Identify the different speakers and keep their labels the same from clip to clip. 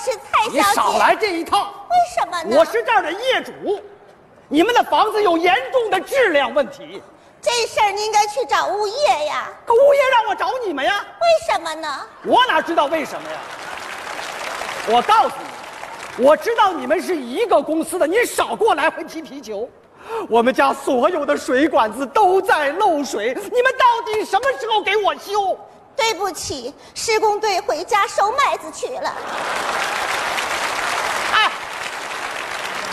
Speaker 1: 小
Speaker 2: 你
Speaker 1: 姐，
Speaker 2: 少来这一套！
Speaker 1: 为什么呢？
Speaker 2: 我是这儿的业主，你们的房子有严重的质量问题，
Speaker 1: 这事儿你应该去找物业呀，
Speaker 2: 可物业让我找你们呀，
Speaker 1: 为什么呢？
Speaker 2: 我哪知道为什么呀？我告诉你，我知道你们是一个公司的，你少给我来回踢皮球。我们家所有的水管子都在漏水，你们到底什么时候给我修？
Speaker 1: 对不起，施工队回家收麦子去了。
Speaker 2: 哎，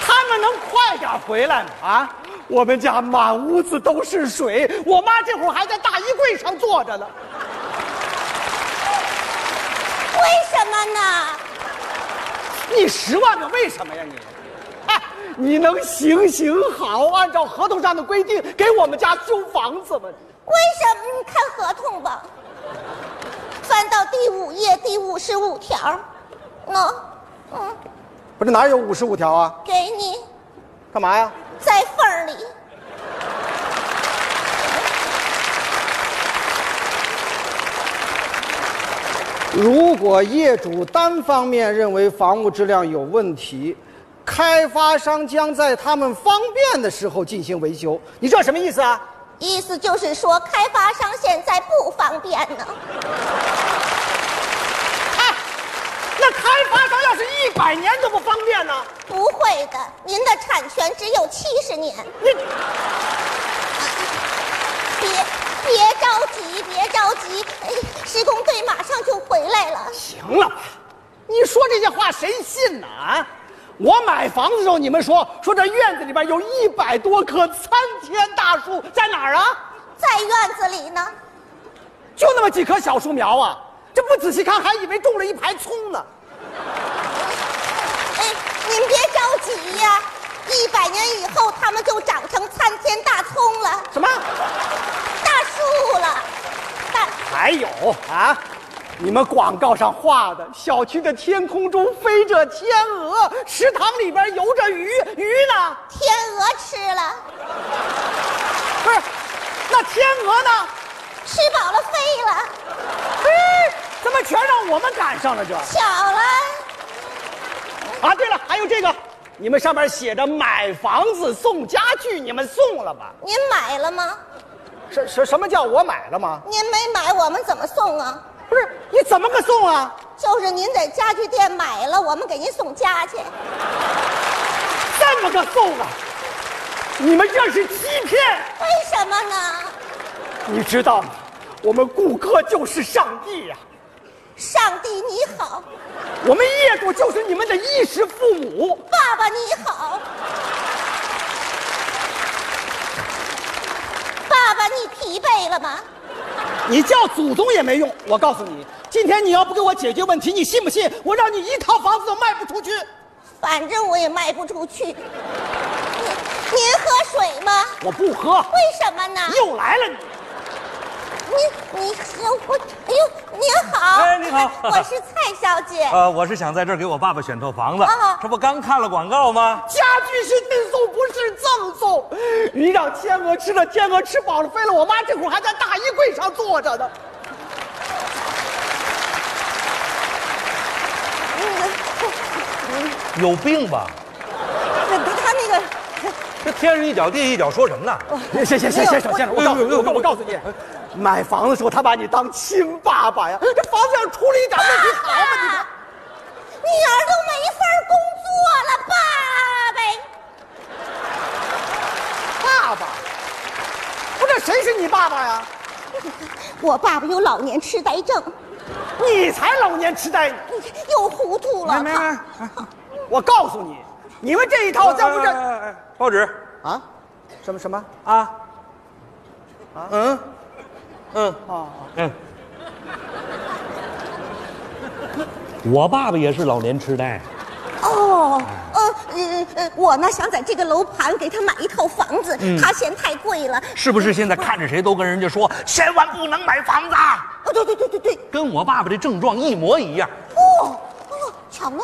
Speaker 2: 他们能快点回来吗？啊，我们家满屋子都是水，我妈这会儿还在大衣柜上坐着呢。
Speaker 1: 为什么呢？
Speaker 2: 你十万个为什么呀你？哎，你能行行好，按照合同上的规定给我们家修房子吗？
Speaker 1: 为什么？你看合同吧，翻到第五页第五十五条，喏，嗯，
Speaker 3: 不是哪有五十五条啊？
Speaker 1: 给你
Speaker 3: 干嘛呀？
Speaker 1: 在缝儿里。
Speaker 3: 如果业主单方面认为房屋质量有问题，开发商将在他们方便的时候进行维修。你这什么意思啊？
Speaker 1: 意思就是说，开发商现在不方便呢。
Speaker 2: 哎，那开发商要是一百年都不方便呢？
Speaker 1: 不会的，您的产权只有七十年。
Speaker 2: 你
Speaker 1: 别别着急，别着急，哎，施工队马上就回来了。
Speaker 2: 行了吧？你说这些话谁信呢？啊？我买房子的时候，你们说说这院子里边有一百多棵参天大树，在哪儿啊？
Speaker 1: 在院子里呢，
Speaker 2: 就那么几棵小树苗啊！这不仔细看，还以为种了一排葱呢。
Speaker 1: 哎，您别着急呀、一百年以后，它们就长成参天大葱了，
Speaker 2: 什么？
Speaker 1: 大树了，大。
Speaker 2: 还有啊，你们广告上画的小区的天空中飞着天鹅，池塘里边游着鱼，鱼呢？
Speaker 1: 天鹅吃了，
Speaker 2: 不是，那天鹅呢？
Speaker 1: 吃饱了飞了，
Speaker 2: 嘿，哎怎么全让我们赶上了这？
Speaker 1: 巧了，
Speaker 2: 啊，对了，还有这个，你们上面写着买房子送家具，你们送了吧？
Speaker 1: 您买了吗？
Speaker 3: 什什什么叫我买了吗？
Speaker 1: 您没买，我们怎么送啊？
Speaker 2: 不是，你怎么个送啊？
Speaker 1: 就是您在家具店买了，我们给您送家去。
Speaker 2: 这么个送啊？你们这是欺骗！
Speaker 1: 为什么呢？
Speaker 2: 你知道吗？我们顾客就是上帝呀、
Speaker 1: 上帝你好，
Speaker 2: 我们业主就是你们的衣食父母。
Speaker 1: 爸爸你好，爸爸你疲惫了吗？
Speaker 2: 你叫祖宗也没用。我告诉你，今天你要不给我解决问题，你信不信我让你一套房子都卖不出去？
Speaker 1: 反正我也卖不出去。您您喝水吗？
Speaker 2: 我不喝。
Speaker 1: 为什么呢？
Speaker 2: 又来了你！
Speaker 1: 您你喝我哎呦，您好，
Speaker 4: 哎你好
Speaker 1: 我是蔡小姐。
Speaker 4: 呃，我是想在这儿给我爸爸选套房子，
Speaker 1: 啊
Speaker 4: 这不刚看了广告吗？
Speaker 2: 家具是赠送，不是赠送。你让天鹅吃了，天鹅吃饱了飞了。我妈这会儿还在大衣柜上坐着呢。
Speaker 4: 有病吧？
Speaker 1: 那他那个
Speaker 4: 这天上一脚地一脚，说什么呢？
Speaker 2: 先先先先先生，先生，我告诉你，我我告诉你，买房的时候他把你当亲爸爸呀，这房子要出了一点问题，好吗？你看。
Speaker 1: 女儿都没法工作
Speaker 2: 爸
Speaker 1: 了，爸呗。
Speaker 2: 爸，不是谁是你爸爸呀？
Speaker 1: 我爸爸有老年痴呆症，
Speaker 2: 你才老年痴呆！
Speaker 1: 又糊涂了。
Speaker 4: 没，
Speaker 2: 我告诉你，你们这一套哦在我
Speaker 4: 哎
Speaker 2: 这，
Speaker 4: 哎哎报纸
Speaker 3: 啊？什么什么？
Speaker 4: 啊，嗯，嗯，嗯。
Speaker 5: 我爸爸也是老年痴呆，
Speaker 1: 哦，呃呃呃，我呢想在这个楼盘给他买一套房子，
Speaker 4: 嗯
Speaker 1: 他嫌太贵了。
Speaker 4: 是不是现在看着谁都跟人家说千万不能买房子啊？
Speaker 1: 哦，对对对对对，
Speaker 4: 跟我爸爸这症状一模一样，
Speaker 1: 哦哦，巧了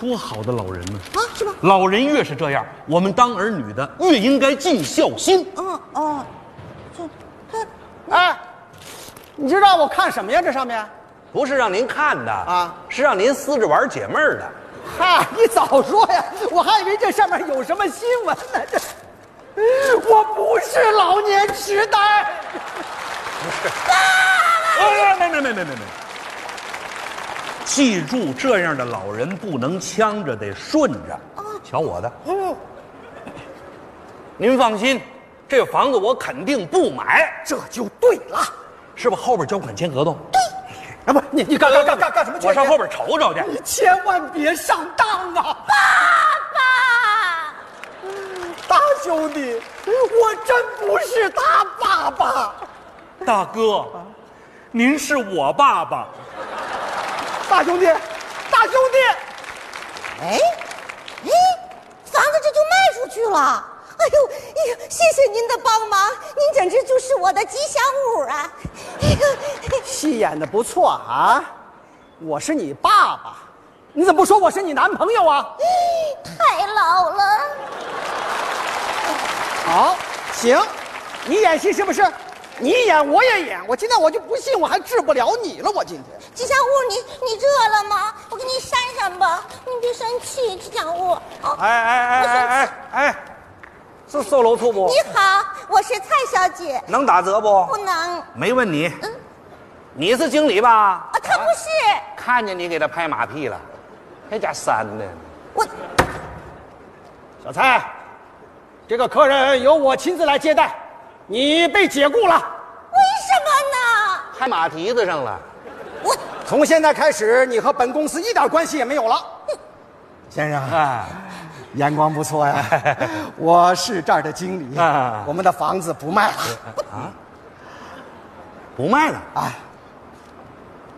Speaker 5: 多好的老人呢、
Speaker 1: 啊，是吗？
Speaker 4: 老人越是这样，我们当儿女的越应该尽孝心。
Speaker 1: 嗯哦，这他
Speaker 2: 哎，你这让我看什么呀？这上面
Speaker 4: 不是让您看的
Speaker 2: 啊
Speaker 4: 是让您撕着玩解闷儿的。
Speaker 3: 嗨，你早说呀！我还以为这上面有什么新闻呢。这，我不是老年痴呆。
Speaker 4: 哎，没没没没没没。记住，这样的老人不能呛着，得顺着。哦瞧我的。
Speaker 2: 哦
Speaker 4: 您放心，这房子我肯定不买，
Speaker 2: 这就对了。
Speaker 4: 是吧？后边交款签合同，
Speaker 2: 啊，不，你你干干干干干什么去？
Speaker 4: 我上后边瞅瞅去。
Speaker 2: 你千万别上当啊！
Speaker 1: 爸，
Speaker 2: 大兄弟，我真不是他爸爸。
Speaker 4: 大哥，您是我爸爸。
Speaker 2: 大兄弟，大兄弟，
Speaker 1: 哎，哎，房子这就卖出去了。哎呦，哎呦，谢谢您的帮忙，您简直就是我的吉祥物啊！哎呦，
Speaker 2: 戏演的不错啊。我是你爸爸，你怎么不说我是你男朋友啊？
Speaker 1: 太老了，
Speaker 2: 好，行，你演戏是不是？你演我也演，我今天我就不信我还治不了你了，我今天。
Speaker 1: 吉祥物，你你热了吗？我给你扇扇吧，你别生气，吉祥物。哦，
Speaker 4: 哎哎哎哎哎哎，这售楼处不
Speaker 1: 你好，我是蔡小姐，
Speaker 4: 能打折不
Speaker 1: 不？能，啊，
Speaker 4: 没问你，嗯你是经理吧？
Speaker 1: 他不是
Speaker 4: 看见你给他拍马屁了，那家删的。
Speaker 1: 我，
Speaker 2: 小蔡，这个客人由我亲自来接待，你被解雇了。
Speaker 1: 为什么呢？
Speaker 4: 拍马蹄子上了。
Speaker 1: 我。
Speaker 2: 从现在开始，你和本公司一点关系也没 有了。
Speaker 3: 先生，
Speaker 4: 啊，
Speaker 3: 眼光不错 呀。我是这儿的经理
Speaker 4: 啊，
Speaker 3: 我们的房子不卖了。
Speaker 4: 不卖了
Speaker 2: 啊
Speaker 3: 哎，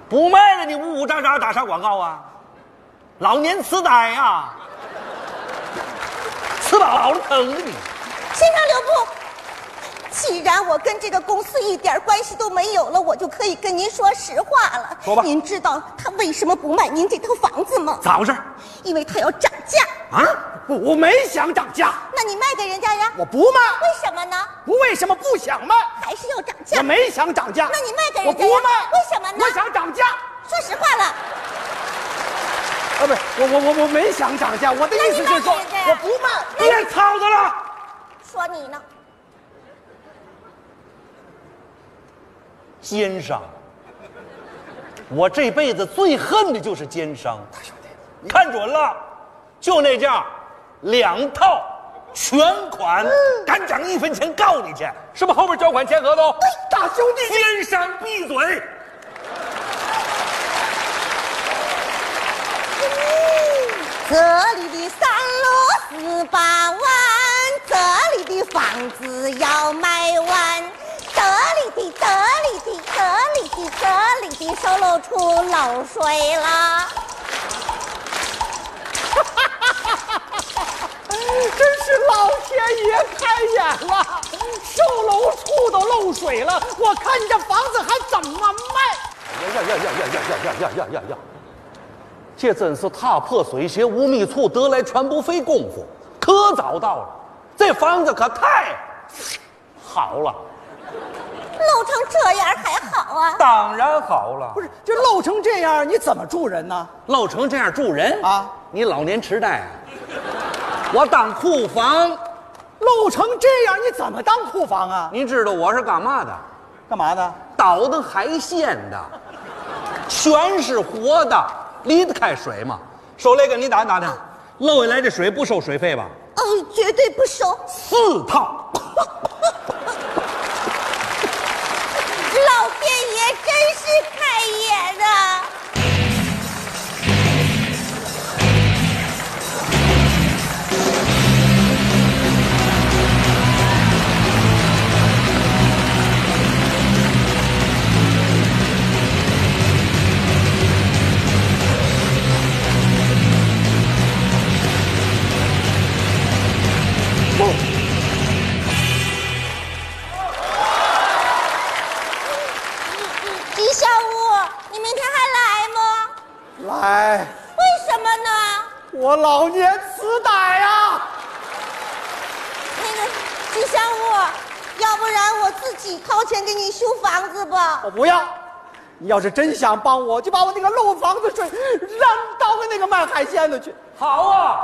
Speaker 4: 不卖了，你呜呜喳喳打啥广告啊？老年痴呆啊，吃饱了撑啊的你。
Speaker 1: 先生留步。既然我跟这个公司一点关系都没有了，我就可以跟您说实话了。
Speaker 4: 说吧
Speaker 1: 您知道他为什么不卖您这套房子吗？
Speaker 4: 咋回事？
Speaker 1: 因为他要涨价。
Speaker 4: 啊？
Speaker 2: 哎我没想涨价，
Speaker 1: 那你卖给人家呀？
Speaker 2: 我不卖，
Speaker 1: 为什么呢？
Speaker 2: 不为什么不想卖，
Speaker 1: 还是要涨价？
Speaker 2: 我没想涨价。
Speaker 1: 那你卖给人家呀
Speaker 2: 我不卖，
Speaker 1: 为什么呢
Speaker 2: 我想涨价。
Speaker 1: 说实话了，
Speaker 2: 啊，不是，我我我我没想涨价，我的意思是说
Speaker 1: 那你卖给人家呀
Speaker 2: 我不卖。
Speaker 4: 别吵他了，
Speaker 1: 说你呢？
Speaker 4: 奸商！我这辈子最恨的就是奸商。大兄弟，看准了，就那价，两套，全款，敢涨一分钱告你去，是不是？后边交款签合同。
Speaker 2: 大兄弟，
Speaker 4: 奸商闭嘴！
Speaker 1: 这里的三楼十八万，这里的房子要卖完。这里的，这里的，这里的，这里的售楼处漏水了。
Speaker 2: 真是老天爷开眼了，售楼处都漏水了，我看你这房子还怎么卖？
Speaker 4: 呀呀呀呀呀呀呀呀呀呀！这真是踏破水鞋无觅处，得来全不费工夫。可早到了，这房子可太好了，
Speaker 1: 漏成这样还好啊？
Speaker 4: 当然好了
Speaker 3: 不。是，这漏成这样，你怎么住人呢？
Speaker 4: 漏成这样住人
Speaker 3: 啊
Speaker 4: 啊！你老年痴呆啊！我当库房，
Speaker 3: 漏成这样，你怎么当库房啊？
Speaker 4: 您知道我是干嘛的？
Speaker 3: 干嘛呢？
Speaker 4: 倒腾海鲜的，全是活的，离得开水吗？手雷哥，你打听打听，漏下来这水不收水费吧？
Speaker 1: 嗯、绝对不收。
Speaker 4: 四套，
Speaker 1: 老天爷真是开眼啊！吉祥物，你明天还来吗？
Speaker 3: 来，
Speaker 1: 为什么呢？
Speaker 2: 我老年痴呆啊呀！
Speaker 1: 那个吉祥物，要不然我自己掏钱给你修房子吧？
Speaker 2: 我不要，你要是真想帮我，就把我那个漏房子水让当个那个卖海鲜的去。
Speaker 4: 好啊，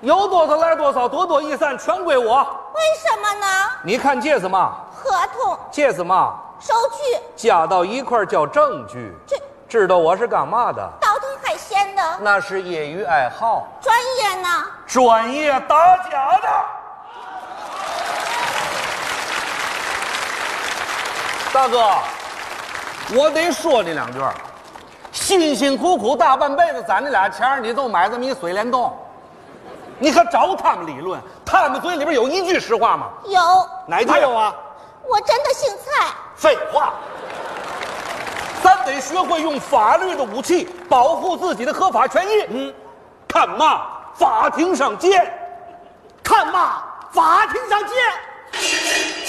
Speaker 4: 有多少来多少，多多益善，全归我。
Speaker 1: 为什么呢？
Speaker 4: 你看戒指嘛，
Speaker 1: 合同、
Speaker 4: 戒指嘛，
Speaker 1: 收据，
Speaker 4: 加到一块儿叫证据。
Speaker 1: 这
Speaker 4: 知道我是干嘛的？
Speaker 1: 倒腾海鲜的
Speaker 4: 那是业余爱好，
Speaker 1: 专业呢？
Speaker 4: 专业打假的。大哥，我得说你两句儿。辛辛苦苦大半辈子攒那俩钱儿，你就买这么一水帘洞，你可找他们理论？他们嘴里边有一句实话吗？
Speaker 1: 有，
Speaker 4: 哪一句？
Speaker 2: 还有啊，
Speaker 1: 我真的姓蔡，
Speaker 4: 废话，咱得学会用法律的武器保护自己的合法权益。嗯，看嘛，法庭上见。
Speaker 2: 看嘛，法庭上见。